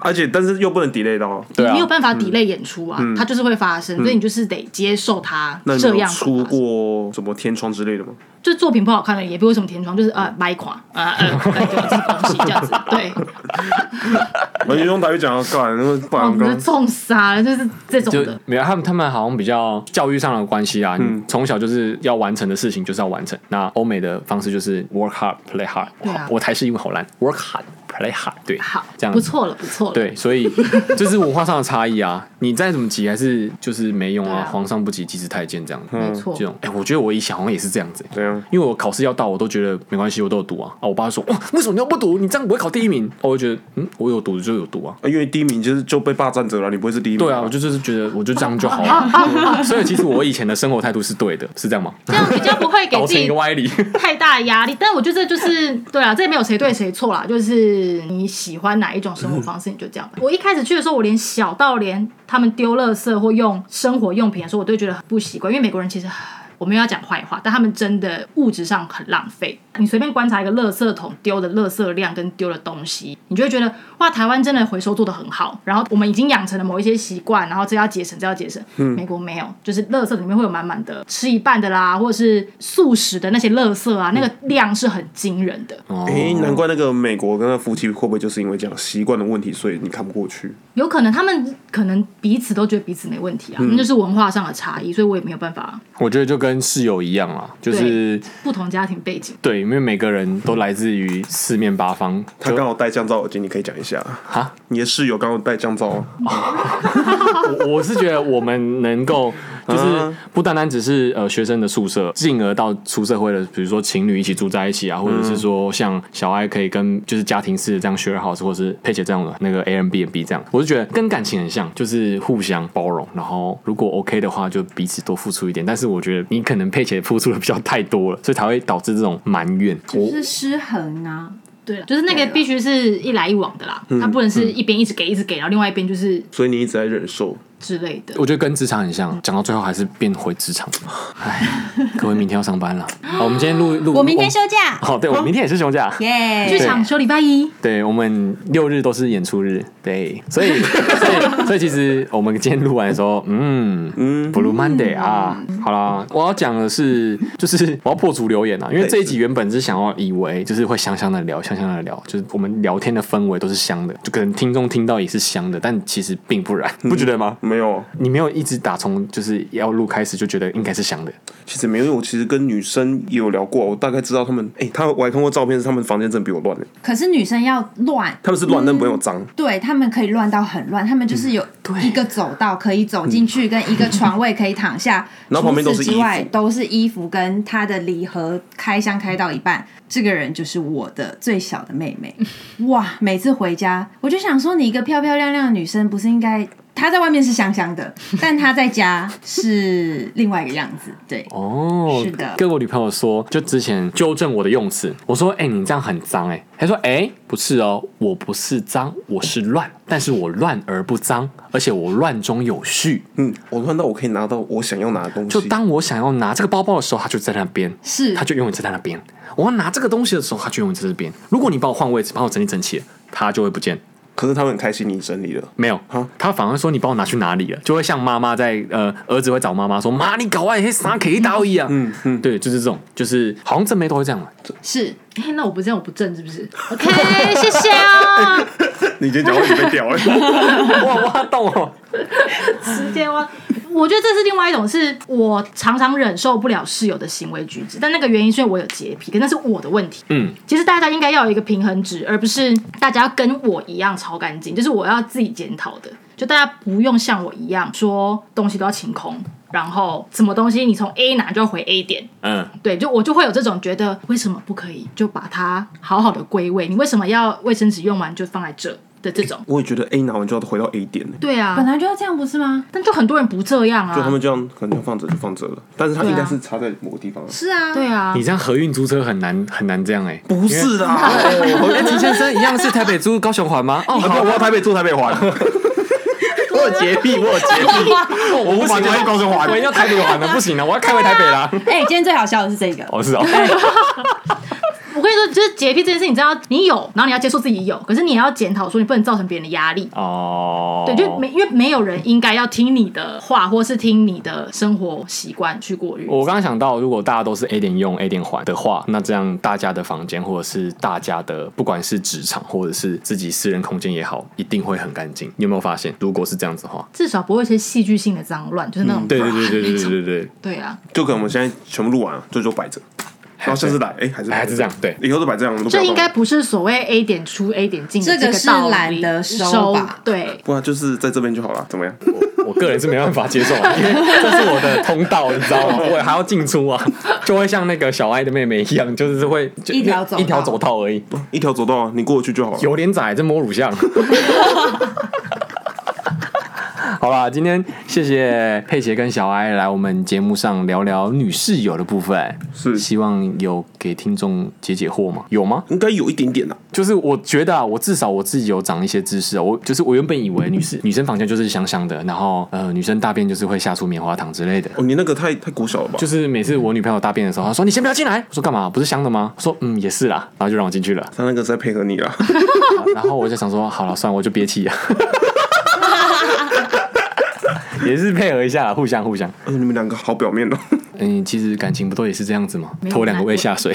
B: 而且但是又不能 delay 到啊，嗯
A: 对啊
C: 没有，办法 delay 演出啊，它就是会发生，所以你就是得接受它
B: 那你
C: 这
B: 有
C: 样
B: 出
C: 会发生。
B: 过什么天窗之类的吗？
C: 就作品不好看的，也不会有什么填充，就是
A: 嗯
C: 啊，掰垮啊，呃， *laughs* 呃对这个东西这
A: *laughs*
C: 样子，对，
B: 我就用台语讲啊，干，那不
C: 哦哇，我
A: 哦
B: 然
C: 们就
B: 刚
C: 中杀了，就是这种
A: 就
C: 的。
A: 没有他们他们好像比较教育上的关系啊，
B: 嗯
A: 你从小就是要完成的事情就是要完成。那欧美的方式就是 work hard play hard，
C: 对啊
A: 我台式英文好烂，work hard play hard，对，
C: 好，
A: 这样
C: 不
A: 子
C: 错了，不错了。
A: 对，所以这是文化上的差异啊！你再怎么急，还是就是没用
C: 对
A: 啊！
C: 啊
A: 皇上不急，急死太监这样。
C: 没错
A: 这种哎、我觉得我以前好像也是这样子、欸
B: 怎样？
A: 因为我考试要到，我都觉得没关系，我都有读啊。啊，我爸说哇，为什么你要不读？你这样不会考第一名。哦我就觉得嗯，我有读就有读啊。
B: 啊因为第一名就是就被霸占着了，你不会是第一名吧。
A: 对啊，我就就是觉得我就这样就好了。所以其实我以前的生活态度是对的，是这样吗？
C: 这样比较不
A: *laughs*
C: 会给
A: 导
C: 自
A: 成一
C: 己
A: 个歪理。
C: 太大的压力，但我觉得这就是对啊，这也没有谁对谁错啦，就是你喜欢哪一种生活方式，你就这样吧。我一开始去的时候，我连小到连他们丢垃圾或用生活用品啊的时候，我都觉得很不习惯，因为美国人其实。我没有要讲坏话，但他们真的物质上很浪费。你随便观察一个垃圾桶丢的垃圾量跟丢的东西，你就会觉得哇，台湾真的回收做得很好。然后我们已经养成了某一些习惯，然后这要节省，这要节省。美国没有，就是垃圾里面会有满满的吃一半的啦，或者是素食的那些垃圾啊，那个量是很惊人的。
B: 哎，
A: 哦
B: 难怪那个美国跟他夫妻会不会就是因为这样习惯的问题，所以你看不过去？
C: 有可能他们可能彼此都觉得彼此没问题啊，那就是文化上的差异，所以我也没有办法。
A: 我觉得就跟室友一样啊，就是
C: 不同家庭背景，
A: 对，因为每个人都来自于四面八方。
B: 他刚好戴降噪耳机，你可以讲一下
A: 哈。
B: 你的室友刚好戴降噪啊，
A: 我我是觉得我们能够，就是不单单只是呃学生的宿舍，进而到出社会的，比如说情侣一起住在一起啊，或者是说像小爱可以跟就是家庭式的这样 share house，或者是佩姐这样的那个 Airbnb 这样，我是觉得跟感情很像，就是互相包容，然后如果 OK 的话，就彼此多付出一点。但是我觉得你可能佩姐付出的比较太多了，所以才会导致这种埋怨。我
D: 就是失衡啊。
C: 对了，嗯就是那个必须是一来一往的啦，它不能是一边一直给一直给，然后另外一边就是
B: 所以你一直在忍受。
C: 之类的。
A: 我觉得跟职场很像，讲到最后还是变回职场。唉，各位明天要上班了。好，我们今天录录，
E: 我明天休假，
A: 哦，对，我明天也是休假。
E: 耶！
C: 剧场休礼拜一，
A: 对，我们六日都是演出日，对，所以所以所以其实我们今天录完的时候，嗯嗯，Blue Monday 啊，好啦，我要讲的是，就是我要破除留言啊，因为这一集原本是想要以为就是会香香的聊，香香的聊，就是我们聊天的氛围都是香的，就可能听众听到也是香的，但其实并不然，不觉得吗？
B: 没有，啊
A: 你没有一直打从就是要录开始就觉得应该是香的，
B: 其实没有，因为我其实跟女生也有聊过，我大概知道他们，哎、他我还看过照片，是他们房间真的比我乱的，
D: 可是女生要乱，
B: 他们是乱，但没有脏。
D: 对他们可以乱到很乱，他们就是有一个走道可以走进去，跟一个床位可以躺下，
B: *laughs* 然后旁边都是
D: 除此
B: 衣
D: 之
B: 服
D: 外都是衣服跟他的礼盒开箱开到一半，这个人就是我的最小的
B: *laughs*
D: 妹妹，哇！每次回家我就想说，你一个漂漂亮亮的女生，不是应该她在外面是香香的，但她在家是另外一个样子，对，
A: 哦，
D: 是的
A: 跟我女朋友说，就之前纠正我的用词，我说：“哎、你这样很脏。”哎，她说：“哎、不是哦，我不是脏，我是乱，但是我乱而不脏，而且我乱中有序。
B: 嗯，我乱到我可以拿到我想要拿的东
A: 就
B: 西，
A: 当我想要拿这个包包的时候，它就在那边，
D: 是
A: 它就永远在那边。我要拿这个东西的时候，它就永远在这边。如果你帮我换位置，帮我整理整齐，它就会不见。”
B: 可是他们很开心你整理了。
A: 没有
B: 啊，
A: 他反而说你帮我拿去哪里了，就会像妈妈在呃，儿子会找妈妈说妈，你搞外黑啥可以到一啊，嗯嗯，对，就是这种，就是好像正妹都会这样嘛，
D: 是
C: 哎，那我不正，我不正，是不是？OK，谢谢哦。
B: *laughs* 你今天讲话你被屌哎、
A: *laughs*
B: 欸，
A: 哇挖洞哦，
C: *laughs* 直接挖。我觉得这是另外一种，是我常常忍受不了室友的行为举止，但那个原因是因为我有洁癖，可那是我的问题。
A: 嗯，
C: 其实大家应该要有一个平衡值，而不是大家要跟我一样超干净，就是我要自己检讨的，就大家不用像我一样说东西都要清空，然后什么东西你从 A 拿就要回 A 点，
A: 嗯，
C: 对，就我就会有这种觉得，为什么不可以就把它好好的归位？你为什么要卫生纸用完就放在这的这种？
B: *laughs* 我也觉得 A 拿完就要回到 A 点、欸，
C: 对
D: 本
C: 啊，
D: 来就要这样，不是吗？
C: 但就很多人不这样啊，
B: 就他们这样可能就放着就放着了，但是它
C: 对啊
B: 应该是插在某个地方、啊。
D: 是啊，
C: 对啊，
A: 你这样合运租车很难很难这样哎、
B: 不是啦， *laughs* 哦
A: 哎，秦先生一样是台北租高雄环 *laughs* 吗？哦，
B: 我
A: 好，
B: 我要台北住台北还，
A: 我有洁癖，我有洁癖， *laughs* 我不行，
B: 我要高雄环
A: 我一定要台北环了，不行了，我要开回台北啦。
E: 哎、今天最好笑的是这个，
A: *laughs* 哦，是哦，
C: 我跟你说，就是洁癖这件事，你知道你有，然后你要接受自己有，可是你也要检讨说你不能造成别人的压力。
A: *laughs* 哦，
C: 对，就没因为没有人应该要听你的话，或是听你的生活习惯去过滤。
A: 我刚刚想到，如果大家都是 A 点用 A 点还的话，那这样大家的房间或者是大家的不管是职场或者是自己私人空间也好，一定会很干净。你有没有发现？如果是这样子的话，
C: 至少不会有一些戏剧性的脏乱，就是那种、
A: 嗯对对对对对对对对，
C: 对啊，
B: 就可能我们现在全部录完了，就就摆着，然后下次来，哎、还是
A: 还是这样对
B: 以后都摆这样，都不要
C: 这
B: 动
C: 应该不是所谓 A 点出 A 点进的
E: 这个
C: 个
E: 是
C: 道理
E: 懒得收
C: 收
E: 吧
C: 对，
B: 不然啊就是在这边就好了，怎么样？
A: 我我个人是没办法接受啊，因为这是我的通道，你知道吗？我还要进出啊，就会像那个小爱的妹妹一样，就是会就
E: 一条走道
A: 一条走道而已，
B: *laughs* 一条走道啊，你过去就好了。
A: 有点窄，这摸乳像。 *laughs* 好啦，今天谢谢佩杰跟小艾来我们节目上聊聊女室友的部分，
B: 是
A: 希望有给听众解解惑吗？有吗？
B: 应该有一点点啦、
A: 就是我觉得啊，我至少我自己有长一些知识啊。我就是我原本以为女士女生房间就是香香的，然后呃女生大便就是会吓出棉花糖之类的。
B: 哦，你那个太太古小了吧？
A: 就是每次我女朋友大便的时候，她说你先不要进来，我说干嘛？不是香的吗？我说嗯也是啦，然后就让我进去了。
B: 他那个是在配合你 *laughs* 啦，
A: 啊然后我就想说，好了，算了，我就憋气啊了。 *laughs* 也是配合一下啦，互相互相。
B: 哎你们两个好表面哦。
A: 嗯，其实感情不都也是这样子吗？
C: 没有
A: 拖两个胃下水。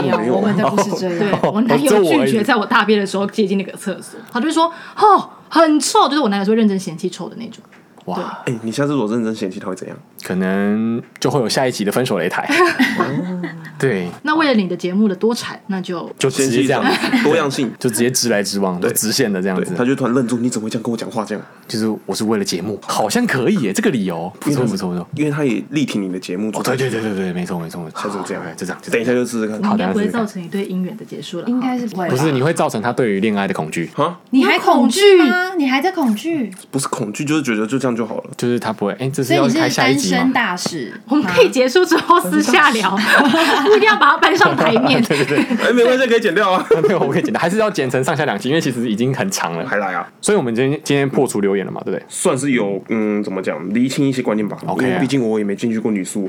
E: 没有，
A: 啊
E: 我们的不是这
C: 对
E: 样。
C: 我男
A: 这
C: 友
A: 我也
C: 拒绝在我大便的时候接近那个厕所，他就会说哦很臭，就是我男友是会认真嫌弃臭的那种。
A: 哇，
B: *laughs* 哎、你下次如果认真嫌弃他会怎样？
A: 可能就会有下一集的分手擂台。
C: 哦
A: *laughs* 对，
C: 那为了你的节目的多产，那就
A: 就直
B: 嫌
A: 接
B: 弃
A: 这样，
B: 多样性。
A: 就直接直来直往，就
B: 对
A: 直线的这样
B: *laughs* 对，
A: 子。
B: 他就突然愣住，你怎么会这样跟我讲话？这样，
A: 就是我是为了节目，好像可以耶，这个理由不错不错不错。
B: 因为他也力挺你的节目组。
A: 哦，对对对对对，没错没错，没错
B: 下次就这样
A: 好好好就这样，就这
B: 等一
A: 样
B: 下就试试看。
C: 应
A: 的
C: 该不会
A: 是的
C: 造成一对姻缘的结束了。
D: 应该是不会吧，
A: 不是你会造成他对于恋爱的恐惧，
B: 啊，
D: 你还
C: 有恐
D: 恐惧
C: 惧
D: 吗？你还在恐惧？
B: 不是恐惧，就是觉得就这样就好
A: *laughs*
B: 了。
A: 就是他不会，哎，这是
D: 所以
A: 要
D: 你
A: 开
D: 是
A: 下一
D: 单
A: 集吗哦
D: 身？大使，
C: 我们可以结束之后私下聊， *laughs* 不一定要把它搬上台面。
A: 对对
B: 哎、没关系，可以剪掉啊。
A: *laughs* 对，没有，我可以剪的，还是要剪成上下两集，因为其实已经很长了。
B: *laughs* 还来啊，
A: 所以我们今天今天破除留言了嘛，对不对？
B: 算是有嗯，怎么讲，厘清一些观念吧。
A: OK 啊
B: 因为毕竟我也没进去过女宿，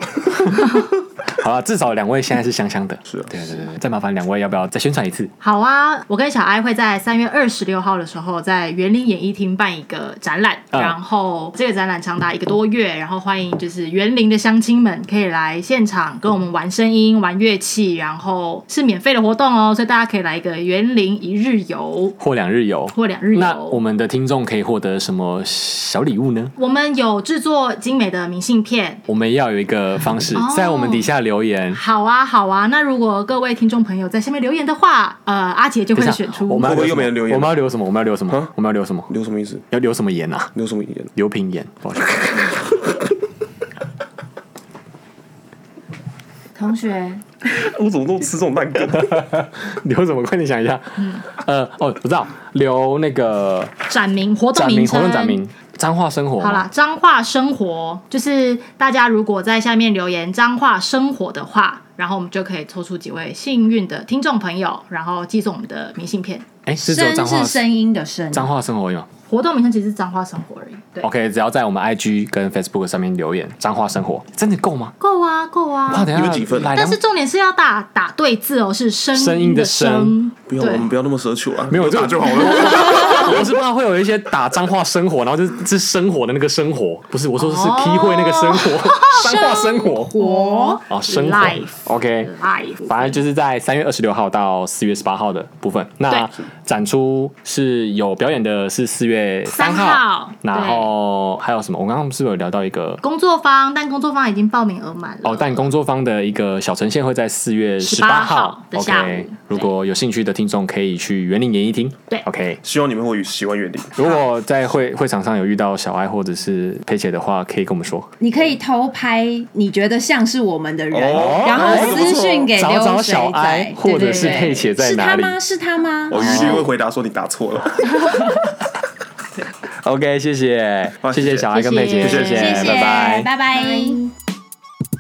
A: 好了，至少两位现在是香香的。
B: 啊是啊
A: 对对对对，再麻烦两位要不要再宣传一次？
C: 好啊，我跟小艾会在三月二十六号的时候，在园林演艺厅办一个展览，
A: 嗯
C: 然后这个展览长达一个多月，然后欢迎就是园林的乡亲们可以来现场跟我们玩声音、玩乐器，然后是免费的活动哦，所以大家可以来一个园林一日游。
A: 或两日游，
C: 或两日游
A: 那我们的听众可以获得什么小礼物呢？
C: 我们有制作精美的明信片。
A: 我们要有一个方式
C: 哦，
A: 在我们底下留言。
C: 好啊，好啊。那如果各位听众朋友在下面留言的话，呃，阿杰就
A: 等
C: 会
A: 一下
C: 选出。
A: 我们要
B: 会不会又
A: 留什么
B: 没人留言
A: 我们要留什么？我们要留什么
B: 啊？
A: 我们要留什么？
B: *laughs* 留什么意思？
A: 要留什么言啊？
B: 留什
A: *laughs*
B: 么言？
A: 留平言，抱歉。
D: 同学，
B: 我怎么都吃这种烂梗？
A: 留什么？快点想一下。
C: 嗯
A: 呃，哦，我知道，留那个
C: 展明活动
A: 展
C: 名
A: 明
C: 称。
A: 活动展明，彰化生活。
C: 好啦，，彰化生活就是大家如果在下面留言彰化生活的话，然后我们就可以抽出几位幸运的听众朋友，然后寄送我们的明信片。
A: 哎，是只有
D: 声
A: 彰化
D: 是声音的声，
A: 彰化生活有吗
C: 活动名称其实是彰化生活而已。对，
A: ？OK，只要在我们 IG 跟 Facebook 上面留言“彰化生活”，真的够吗？
C: 够啊，够
A: 哇，
C: 啊。
A: 等一下
B: 有几份啊
A: 来
C: 但
A: 两
C: 是重点是要打打对字哦，是声
A: 声
C: 音
A: 音
C: 的
A: 的
C: 声
A: 声。
B: 不要，
C: 对
B: 我们不要那么奢求啊！
A: 没有
B: 有
A: 这
B: 打就好了。
A: 我是不知道会有一些打脏话生活，然后就是是生活的那个生活，不是我说的是
C: 哦
A: 批会那个生活，
C: *laughs*
A: 脏话生活
C: 活
A: 啊，生活
C: life
A: OK。
C: life，
A: 反正就是在三月二十六号到四月十八号的部分，那
C: 对
A: 展出是有表演的，是四月三
C: 三号
A: 然后还有什么？我刚刚是不是有聊到一个
C: 工作方，但工作方已经报名额满了。
A: 哦，但工作坊的一个小呈现会在四月十
C: 18
A: 八
C: 号的下午
A: OK，
C: 对
A: 如果有兴趣的听众可以去园林演艺厅。
C: 对
A: ，OK。
B: 希望你们会喜欢园林。
A: 如果在会会场上有遇到小爱或者是佩姐的话，可以跟我们说。
D: 你可以偷拍你觉得像是我们的人，
B: 哦
D: 然后
B: 哎这不
D: 私
B: 错
D: 讯给
A: 找
D: 溜
A: 找
D: 水
A: 小
D: 仔
A: 爱，，或者是
D: 对对对
A: 佩姐在
D: 是
A: 哪
D: 他
A: 里哦
D: 吗？是他吗？
B: 我一定哦会回答说你答错了。
A: ？OK，谢谢，
B: 好
A: 谢
B: 谢谢
A: 小爱跟
C: 谢谢
A: 佩姐，
C: 谢
A: 谢
D: 谢谢，
A: 拜拜。
D: 拜拜